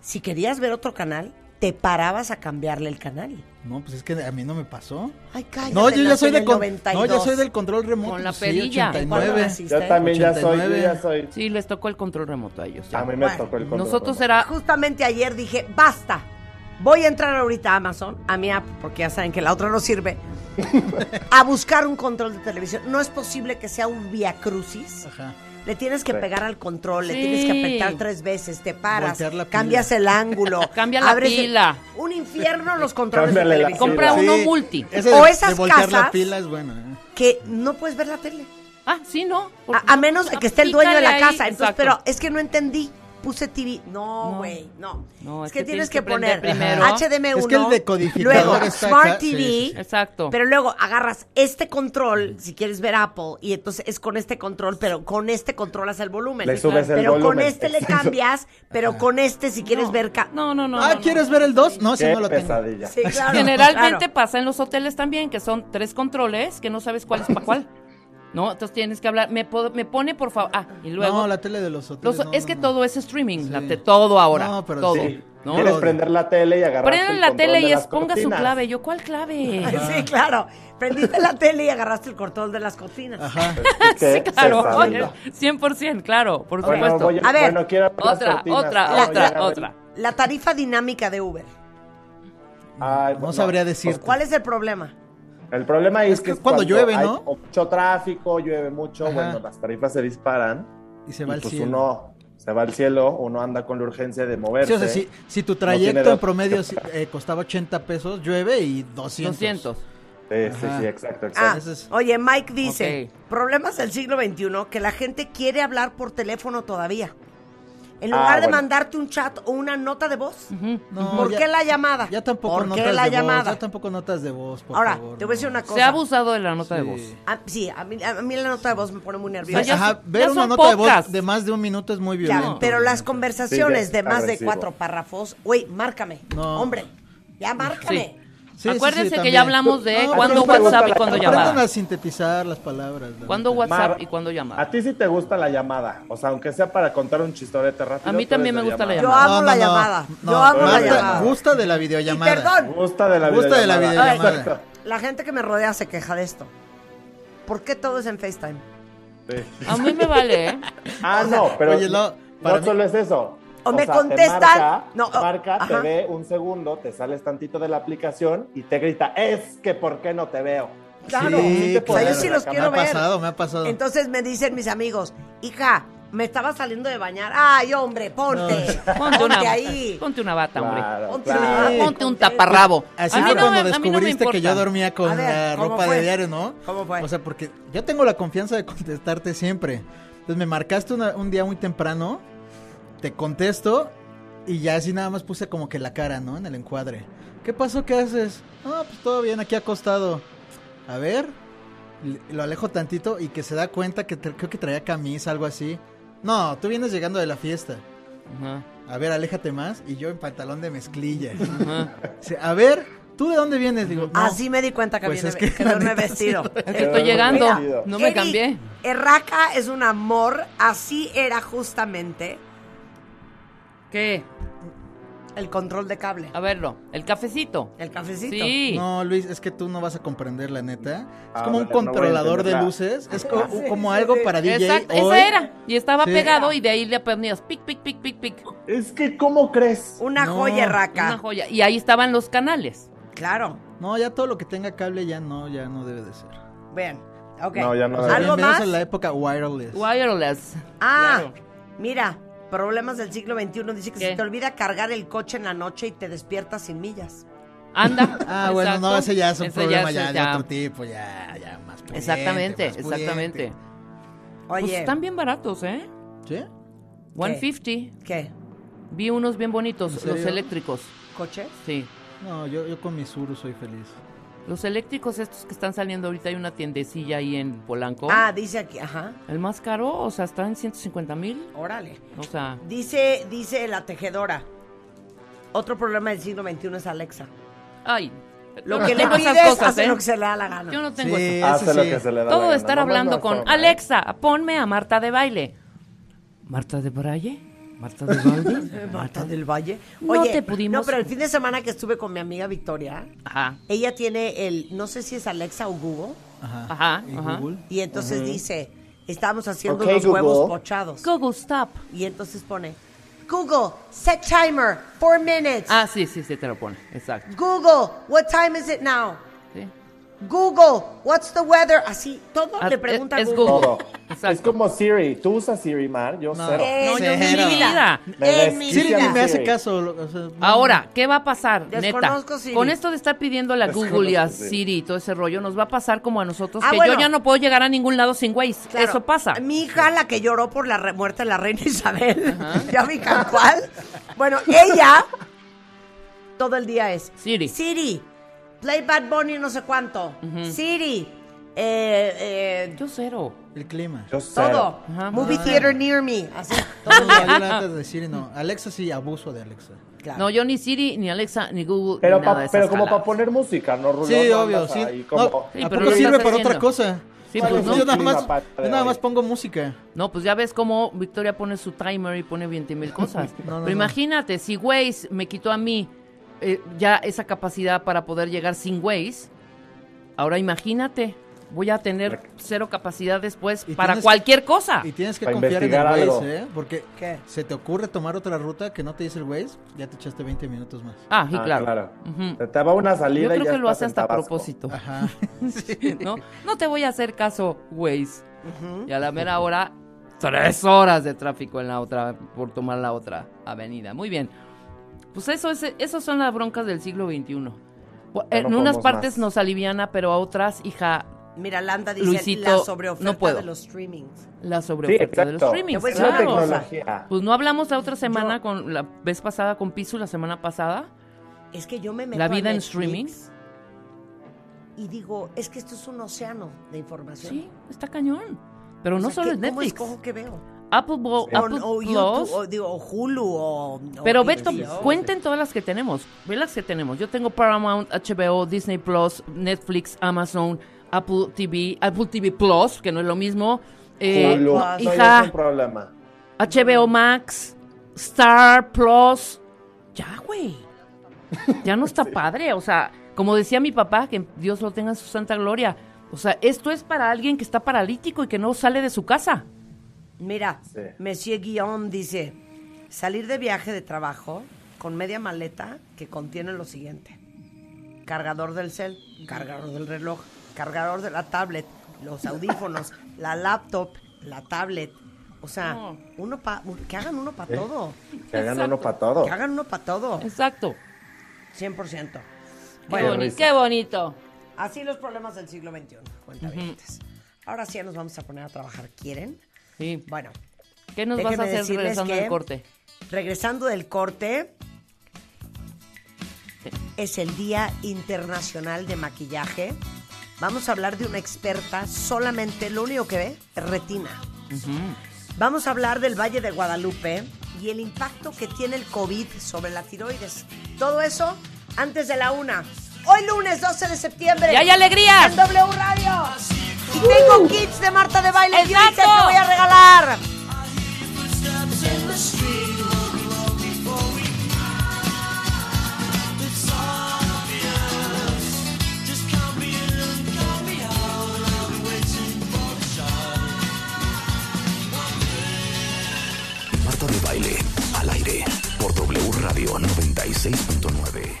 A: Si querías ver otro canal, te parabas a cambiarle el canal.
G: No, pues es que a mí no me pasó.
A: Ay, cállate.
G: No, yo ya
A: nací
G: soy
A: en
G: de
A: el
G: con-
A: 92.
G: no, ya soy del control remoto.
E: Con la
G: sí,
E: perilla.
A: ¿Cuándo
G: 89.
A: naciste?
F: Yo también ya soy, yo
G: 89.
F: ya soy.
E: Sí, les tocó el control remoto a ellos. ya.
F: A mí me
A: Bueno,
F: tocó el control.
E: Nosotros
F: remoto.
E: era
A: Justamente ayer dije, basta. Voy a entrar ahorita a Amazon, a mi app, porque ya saben que la otra no
G: [laughs]
A: sirve, a buscar un control de televisión. No es posible que sea un via crucis.
G: Ajá.
A: Le tienes que
F: Sí.
A: pegar al control, le
E: Sí.
A: tienes que apretar tres veces, te paras,
G: Voltear la pila.
A: cambias el
F: [laughs]
A: ángulo,
E: Cambia la
A: abres el-
E: pila.
A: Un infierno los controles de
F: Cámbiale la
A: televisión.
E: Compra
F: Sí.
E: uno multi.
G: Ese
A: O
G: de-
A: esas
G: de voltear
A: casas-
G: la pila es bueno. ¿eh?
A: Que no puedes ver la tele.
E: Ah, sí, no. Ah,
A: A, a menos de que esté el dueño de la
E: Pícale ahí,
A: casa. Entonces,
E: exacto.
A: pero es que no entendí. puse TV. No,
E: No.
A: güey, no.
E: No,
A: es, que, tienes que, poner
E: prender primero.
A: HDM1,
G: Es que el decodificador
A: luego
G: está
A: Smart
G: acá,
A: TV,
G: sí, sí,
E: Exacto.
A: pero luego agarras este control, si quieres ver Apple, y entonces es con este control, pero con este controlas el volumen.
F: Le subes el
A: pero con
F: volumen,
A: este le
F: [laughs] exacto.
A: cambias, pero con este si quieres
E: No,
A: ver... ca-
E: No, no, no.
G: ah,
E: no, no.
G: ¿quieres ver el 2? No, si
F: Qué
G: no lo tengo.
F: pesadilla.
A: Sí, claro,
E: Generalmente
A: claro.
E: pasa en los hoteles también, que son tres controles que no sabes cuál es para cuál. ¿No? Entonces tienes que hablar. Me, po- me pone, por favor. Ah, y luego.
G: No, la tele de los hoteles.
E: los-
G: no,
E: es
G: no,
E: que
G: no.
E: todo es streaming, la
G: Sí.
E: te- todo ahora.
G: No, pero
E: todo.
G: sí.
E: ¿no?
F: Quieres prender la tele y agarrar.
E: Prendan la tele y es, ponga su clave. Yo, ¿cuál
A: Ay,
G: [laughs]
E: clave?
F: Ah.
A: Sí, claro. Prendiste la tele y agarraste el control de las cortinas.
G: Ajá.
E: [laughs] sí, claro.
F: Bueno,
E: oye, 100%, claro, por
F: bueno,
E: supuesto.
F: voy
A: A ver,
F: bueno, quiero abrir las
E: otra,
F: cortinas.
E: otra,
F: Ahora
E: otra,
F: ya, a ver.
E: otra.
A: La tarifa dinámica de Uber.
F: Ay, bueno,
G: No
F: pues,
G: sabría decirte.
A: ¿Cuál es el problema?
F: El problema ahí
G: Es
F: es,
G: que
F: que,
G: cuando llueve,
F: hay
G: ¿no?
F: mucho tráfico, llueve mucho,
G: Ajá.
F: bueno, las tarifas se disparan.
G: Y se
F: y
G: va al
F: pues
G: cielo.
F: uno se va al cielo, uno anda con la urgencia de moverse.
G: Sí, o sea, si, si tu
F: ¿eh? tiene
G: trayecto
F: de
G: en
F: otra.
G: promedio si- eh, costaba 80 pesos, llueve y 200.
E: 200.
F: Sí, sí,
G: Ajá.
F: sí, exacto,
A: Ah,
F: exacto.
G: Ese es-
A: oye, Mike dice,
E: Ok.
A: problemas del siglo XXI que la gente quiere hablar por teléfono todavía. En lugar
F: Ah,
A: de
F: bueno.
A: mandarte un chat o una nota de voz.
G: No,
A: ¿Por
G: ya-
A: qué la llamada?
G: Ya tampoco
A: ¿Por
G: notas
A: qué la
G: de
A: llamada?
G: voz. Ya tampoco notas de voz, por
A: Ahora,
G: favor,
A: te voy a decir
G: no.
A: una cosa.
E: Se ha abusado de la nota de
G: Sí.
E: voz.
A: Ah, sí, a mí, a mí la nota de voz me pone muy nerviosa.
E: sea, ya
G: Ajá,
E: son-
G: ver
E: ya
G: una
E: son
G: nota de
E: pocas.
G: voz de más de un minuto es muy
A: Ya,
G: violento.
A: pero las
G: conversaciones
A: conversaciones
F: Sí, ya
A: de
F: es
A: más de
F: agresivo.
A: cuatro párrafos, güey, márcame.
G: No.
A: Hombre, ya márcame.
E: Acuérdense que ya hablamos de
F: cuándo WhatsApp y cuándo llamada.
G: Aprendan a sintetizar las palabras. la
E: ¿Cuándo
G: neta.
E: WhatsApp
F: Mar-
E: y cuándo llamar?
F: A ti sí te gusta la llamada, o sea, aunque sea para contar un chistorete rápido.
E: A mí
F: tú
E: también
F: eres
E: me
F: de
E: gusta la
A: Yo
E: No,
A: amo la llamada. Yo amo la
F: Marta,
A: llamada.
G: Gusta de la
A: Y
G: videollamada.
A: perdón,
F: Gusta de la
G: Gusta de la
A: Ay,
G: videollamada.
F: Exacto.
A: la gente que me rodea se queja de esto. ¿Por qué todo es en FaceTime?
F: Sí.
E: A mí me vale,
G: [laughs]
E: ¿eh?
F: Ah, no, pero
G: Oye, no,
F: no,
G: para mí-
F: solo es eso.
A: O me
F: te
A: contestan-
F: marca,
A: no, o-
F: marca, te
A: ajá.
F: ve un segundo, te sales tantito de la aplicación y te grita, es que ¿por qué no te veo?
A: Claro.
F: Sí, te
A: o sea, yo
F: podrás
A: sí
F: en la
A: los
F: cama.
A: quiero
G: me ha
A: ver.
G: pasado, me ha pasado.
A: Entonces me dicen mis amigos, hija, me estaba saliendo de bañar. Ay, hombre, ponte.
E: Ponte una,
A: Ponte ahí.
E: ponte una bata, hombre.
F: Claro,
A: Ponte
F: claro.
A: una-
G: Sí.
E: Ponte un
A: Ponte-
E: taparrabo.
G: Así
E: A mí
G: fue
E: no
G: cuando
E: me- a mí no me
G: descubriste que yo
E: importa.
G: dormía con
A: A ver,
G: la
A: ¿cómo
G: ropa
A: fue?
G: de diario, ¿no?
A: ¿Cómo fue?
G: O sea, porque yo tengo la confianza de contestarte siempre. Entonces me marcaste una- un día muy temprano, te contesto y ya así nada más puse como que la cara, ¿no? En el encuadre. ¿Qué pasó? ¿Qué haces? Ah, pues todo bien, aquí acostado. A ver, le- lo alejo tantito y que se da cuenta que tra- creo que traía camisa, algo así. No, tú vienes llegando de la fiesta.
E: Ajá,
G: A ver, aléjate más y yo en pantalón de mezclilla.
E: ajá.
G: Dice, A ver, ¿tú de dónde vienes? Digo, no.
A: Así me di cuenta que,
G: Pues
A: viene-
G: es que
A: que
G: la
A: no me he
G: neta
A: vestido.
E: Estoy llegando.
F: Mira,
E: No me
A: Eric
E: cambié.
A: Erraca es un amor, así era justamente
E: ¿Qué?
A: el control de cable.
E: A verlo. El cafecito.
A: El cafecito.
E: Sí.
G: No, Luis, es que tú no vas a comprender la neta. Es
F: Ah,
G: como
F: bueno, no voy
G: un
F: a
G: controlador de
F: entenderla.
G: luces. Es co-
A: sí,
G: como
A: sí,
G: algo
A: sí.
G: para DJ.
E: Exacto,
G: hoy.
E: esa era. Y estaba
G: Sí.
E: pegado y de ahí le ponías pic, pic, pic, pic, pic.
F: Es que, ¿cómo crees?
A: Una
G: No,
A: joya
E: Una
A: erraca.
E: joya. Y ahí estaban los canales.
A: Claro.
G: No, ya todo lo que tenga cable ya no, ya no debe de ser.
A: Vean. Ok. Ah,
F: No, ya no.
G: O sea,
A: ¿Algo
G: bienvenidos
A: más?
G: a la época wireless.
E: Wireless.
A: Ah,
E: Claro.
A: mira, problemas del siglo XXI. Dice que
E: ¿Qué?
A: se te olvida cargar el coche en la noche y te despiertas sin millas.
E: Anda.
G: [laughs] Ah, bueno, no,
E: Exacto.
G: ese ya es un
E: Ese
G: problema
E: es-
G: ya, de otro tipo, ya, ya más pudiente,
E: Exactamente,
G: más pudiente.
E: exactamente. Pues
A: Oye,
E: están bien baratos, ¿eh?
G: ¿Sí?
E: 150.
A: ¿qué?
E: Vi unos bien
G: ¿En
E: bonitos,
G: serio?
E: los eléctricos.
A: ¿Coches?
E: Sí.
G: No, yo, yo con mi suru soy feliz.
E: Los eléctricos estos que están saliendo ahorita, hay una tiendecilla ahí en Polanco.
A: Ah, dice aquí, ajá,
E: El más caro, o sea, está en 150 mil.
A: órale.
E: O sea,
A: Dice, dice la tejedora. Otro problema del siglo XXI es Alexa.
E: ay.
A: Lo
E: no
A: que le
E: tengo esas
A: pides
E: cosas,
A: hace
E: ¿eh?
A: lo que se le da la gana.
E: Yo no
G: Sí,
E: tengo eso.
G: ese
F: Hace Ah, lo
G: sí.
F: que se le da la
E: Todo
F: gana.
E: de estar
F: No,
E: hablando
F: no, no,
E: con
F: no, no.
E: Alexa, ponme a Marta de baile. ¿Marta de Braille? ¿Marta de
A: [laughs]
E: Baile?
A: Eh, Marta del Valle.
E: No
A: Oye,
E: te pudimos-
A: no, pero el fin de semana que estuve con mi amiga Victoria,
E: Ajá.
A: ella tiene el, no sé si es Alexa o Google,
G: Ajá.
E: Ajá,
G: ¿Y
E: ajá.
G: Google?
A: y entonces dice, estábamos haciendo
F: Ok,
A: unos huevos
F: Google.
A: pochados.
E: Google Stop.
A: Y entonces pone, Google, set timer, four minutes.
E: Ah, sí, sí, sí, te lo pone. Exacto.
A: Google, what time is it now?
E: Sí.
A: Google, what's the weather? Así, todo
E: Ah, e-,
A: le pregunta a
E: es- es
A: Google.
E: Google.
F: Todo.
E: Exacto.
F: Es como Siri. Tú usas Siri, Mar. Yo
G: No.
F: cero.
A: Eh,
E: No, yo en mi
G: Cero.
E: vida.
F: Me
A: en mi
F: desquicia
G: Siri ni
A: vida.
G: me hace
F: Siri.
G: caso. lo- o sea, no-
E: Ahora, ¿qué va a pasar, neta?
A: Desconozco Siri.
E: Con esto de estar pidiendo a
F: Desconozco
E: Google y a
F: Siri.
E: Siri y todo ese rollo, nos va a pasar como a nosotros,
A: Ah,
E: que
A: bueno.
E: yo ya no puedo llegar a ningún lado sin Waze.
A: Claro,
E: Eso pasa.
A: Mi hija, la que lloró por la re- muerte de la reina Isabel, [laughs] ya mi hija, ¿cuál? Bueno, ella todo el día es
E: Siri.
A: Siri, play Bad Bunny no sé cuánto. Siri, eh, eh,
E: Yo cero.
G: El clima.
F: Yo cero.
A: todo.
E: Ajá.
A: Movie theater near me. Así, todo
G: No,
A: el día.
G: yo la neta de Siri no. Alexa sí, abuso de Alexa.
A: Claro.
E: No, yo ni Siri, ni Alexa, ni Google,
F: Pero,
E: ni nada
F: pa-
E: de esas
F: pero como para
E: jaladas.
F: poner música, ¿no, Rulo?
G: Sí,
F: No
G: obvio,
F: andas
G: sí.
F: ahí
G: No,
F: como-
E: Sí, pero
G: ¿A poco
E: lo
G: sirve
E: estás
G: para otra
E: haciendo.
G: cosa?
E: Sí, pues,
G: Yo
E: no.
G: nada más,
F: Aparte de
G: yo nada
F: ahí.
G: más pongo música.
E: No, pues ya ves cómo Victoria pone su timer y pone 20 mil cosas.
G: No, no,
E: Pero
G: no.
E: imagínate, si Waze me quitó a mí eh, ya esa capacidad para poder llegar sin Waze, ahora imagínate, voy a tener cero capacidad después
G: Y
E: para
G: tienes-
E: cualquier cosa.
G: Y tienes que
F: Para
G: confiar en el
F: investigar algo.
G: Waze, ¿eh? Porque se te ocurre tomar otra ruta que no te dice el Waze, ya te echaste 20 minutos más.
E: Ah, y
F: Ah,
E: claro.
F: Se Te, va una salida
E: Yo
F: y
E: creo
F: ya
E: que lo
F: estás
E: hace
F: en
E: hasta a
F: Tabasco. [laughs]
E: propósito. [laughs]
G: Ajá.
E: ¿no? No te voy a hacer caso, Waze. Y a la mera hora, tres horas de tráfico en la otra, por tomar la otra avenida. Muy bien. Pues eso es, esas son las broncas del siglo XXI. Bu-
F: Ya
E: en
F: no
E: unas
F: podemos
E: partes
F: más.
E: nos aliviana, pero a otras, hija,
A: Mira, Landa dice
E: Luisito,
A: la sobreoferta
E: no puedo.
A: de los streamings.
E: la
F: Sí,
E: sobreoferta de los
F: exacto. Pues
E: streamings.
A: Te voy a
F: Es
A: decir
F: la
A: una
E: claro.
A: cosa.
F: tecnología.
E: Pues no hablamos la otra semana, con la vez pasada con Piso, la semana pasada.
A: Es que yo me meto
E: La
A: a
E: vida en
A: Netflix
E: streaming.
A: Y digo, es que esto es un océano de información.
E: Sí, está cañón. Pero
A: O
F: Pues
E: no
A: sea,
E: solo
A: ¿qué-
E: es Netflix.
A: ¿Cómo escojo qué veo?
E: Apple, Bo-
A: O,
E: Apple
A: o
E: Plus.
A: YouTube, o, digo, o Hulu, o... o
E: Pero
A: HBO.
E: Beto, cuenten todas las que tenemos. Ve las que tenemos. Yo tengo Paramount, HBO, Disney Plus, Netflix, Amazon, Apple TV, Apple TV Plus, que no es lo mismo. eh,
F: Culo.
A: no,
F: No, ya es un
E: hija,
F: problema.
E: HBO Max, Star Plus. Ya, güey. Ya no está padre. O sea, como decía mi papá, que Dios lo tenga en su santa gloria. O sea, esto es para alguien que está paralítico y que no sale de su casa.
A: Mira,
F: Sí.
A: Monsieur Guillaume dice, salir de viaje de trabajo con media maleta que contiene lo siguiente. Cargador del cel, cargador del reloj, cargador de la tablet, los audífonos, la laptop, la tablet. O sea,
E: No.
A: uno pa- que hagan uno para todo.
F: Que hagan uno para
A: Que
F: todo.
A: hagan uno para todo.
E: Exacto.
A: 100%.
E: Qué
A: Bueno,
E: boni-
F: risa.
E: qué bonito.
A: así los problemas del siglo XXI, cuentavientes. Ahora sí ya nos vamos a poner a trabajar. ¿Quieren?
E: Sí.
A: Bueno,
E: ¿Qué nos vas
A: Déjenme
E: a hacer
A: decirles
E: regresando
A: que-
E: al corte?
A: regresando del corte, es el Día Internacional de Maquillaje. Vamos a hablar de una experta, solamente lo único que ve es retina. Vamos a hablar del Valle de Guadalupe y el impacto que tiene el COVID sobre la tiroides. Todo eso antes de la una. Hoy lunes 12 de septiembre.
E: ¡Y hay alegría!
A: En W Radio. Y tengo kits de Marta de Baile
E: ¡Exacto!
A: gratis que voy a regalar.
C: Marta de Baile, al aire, por W Radio 96.9.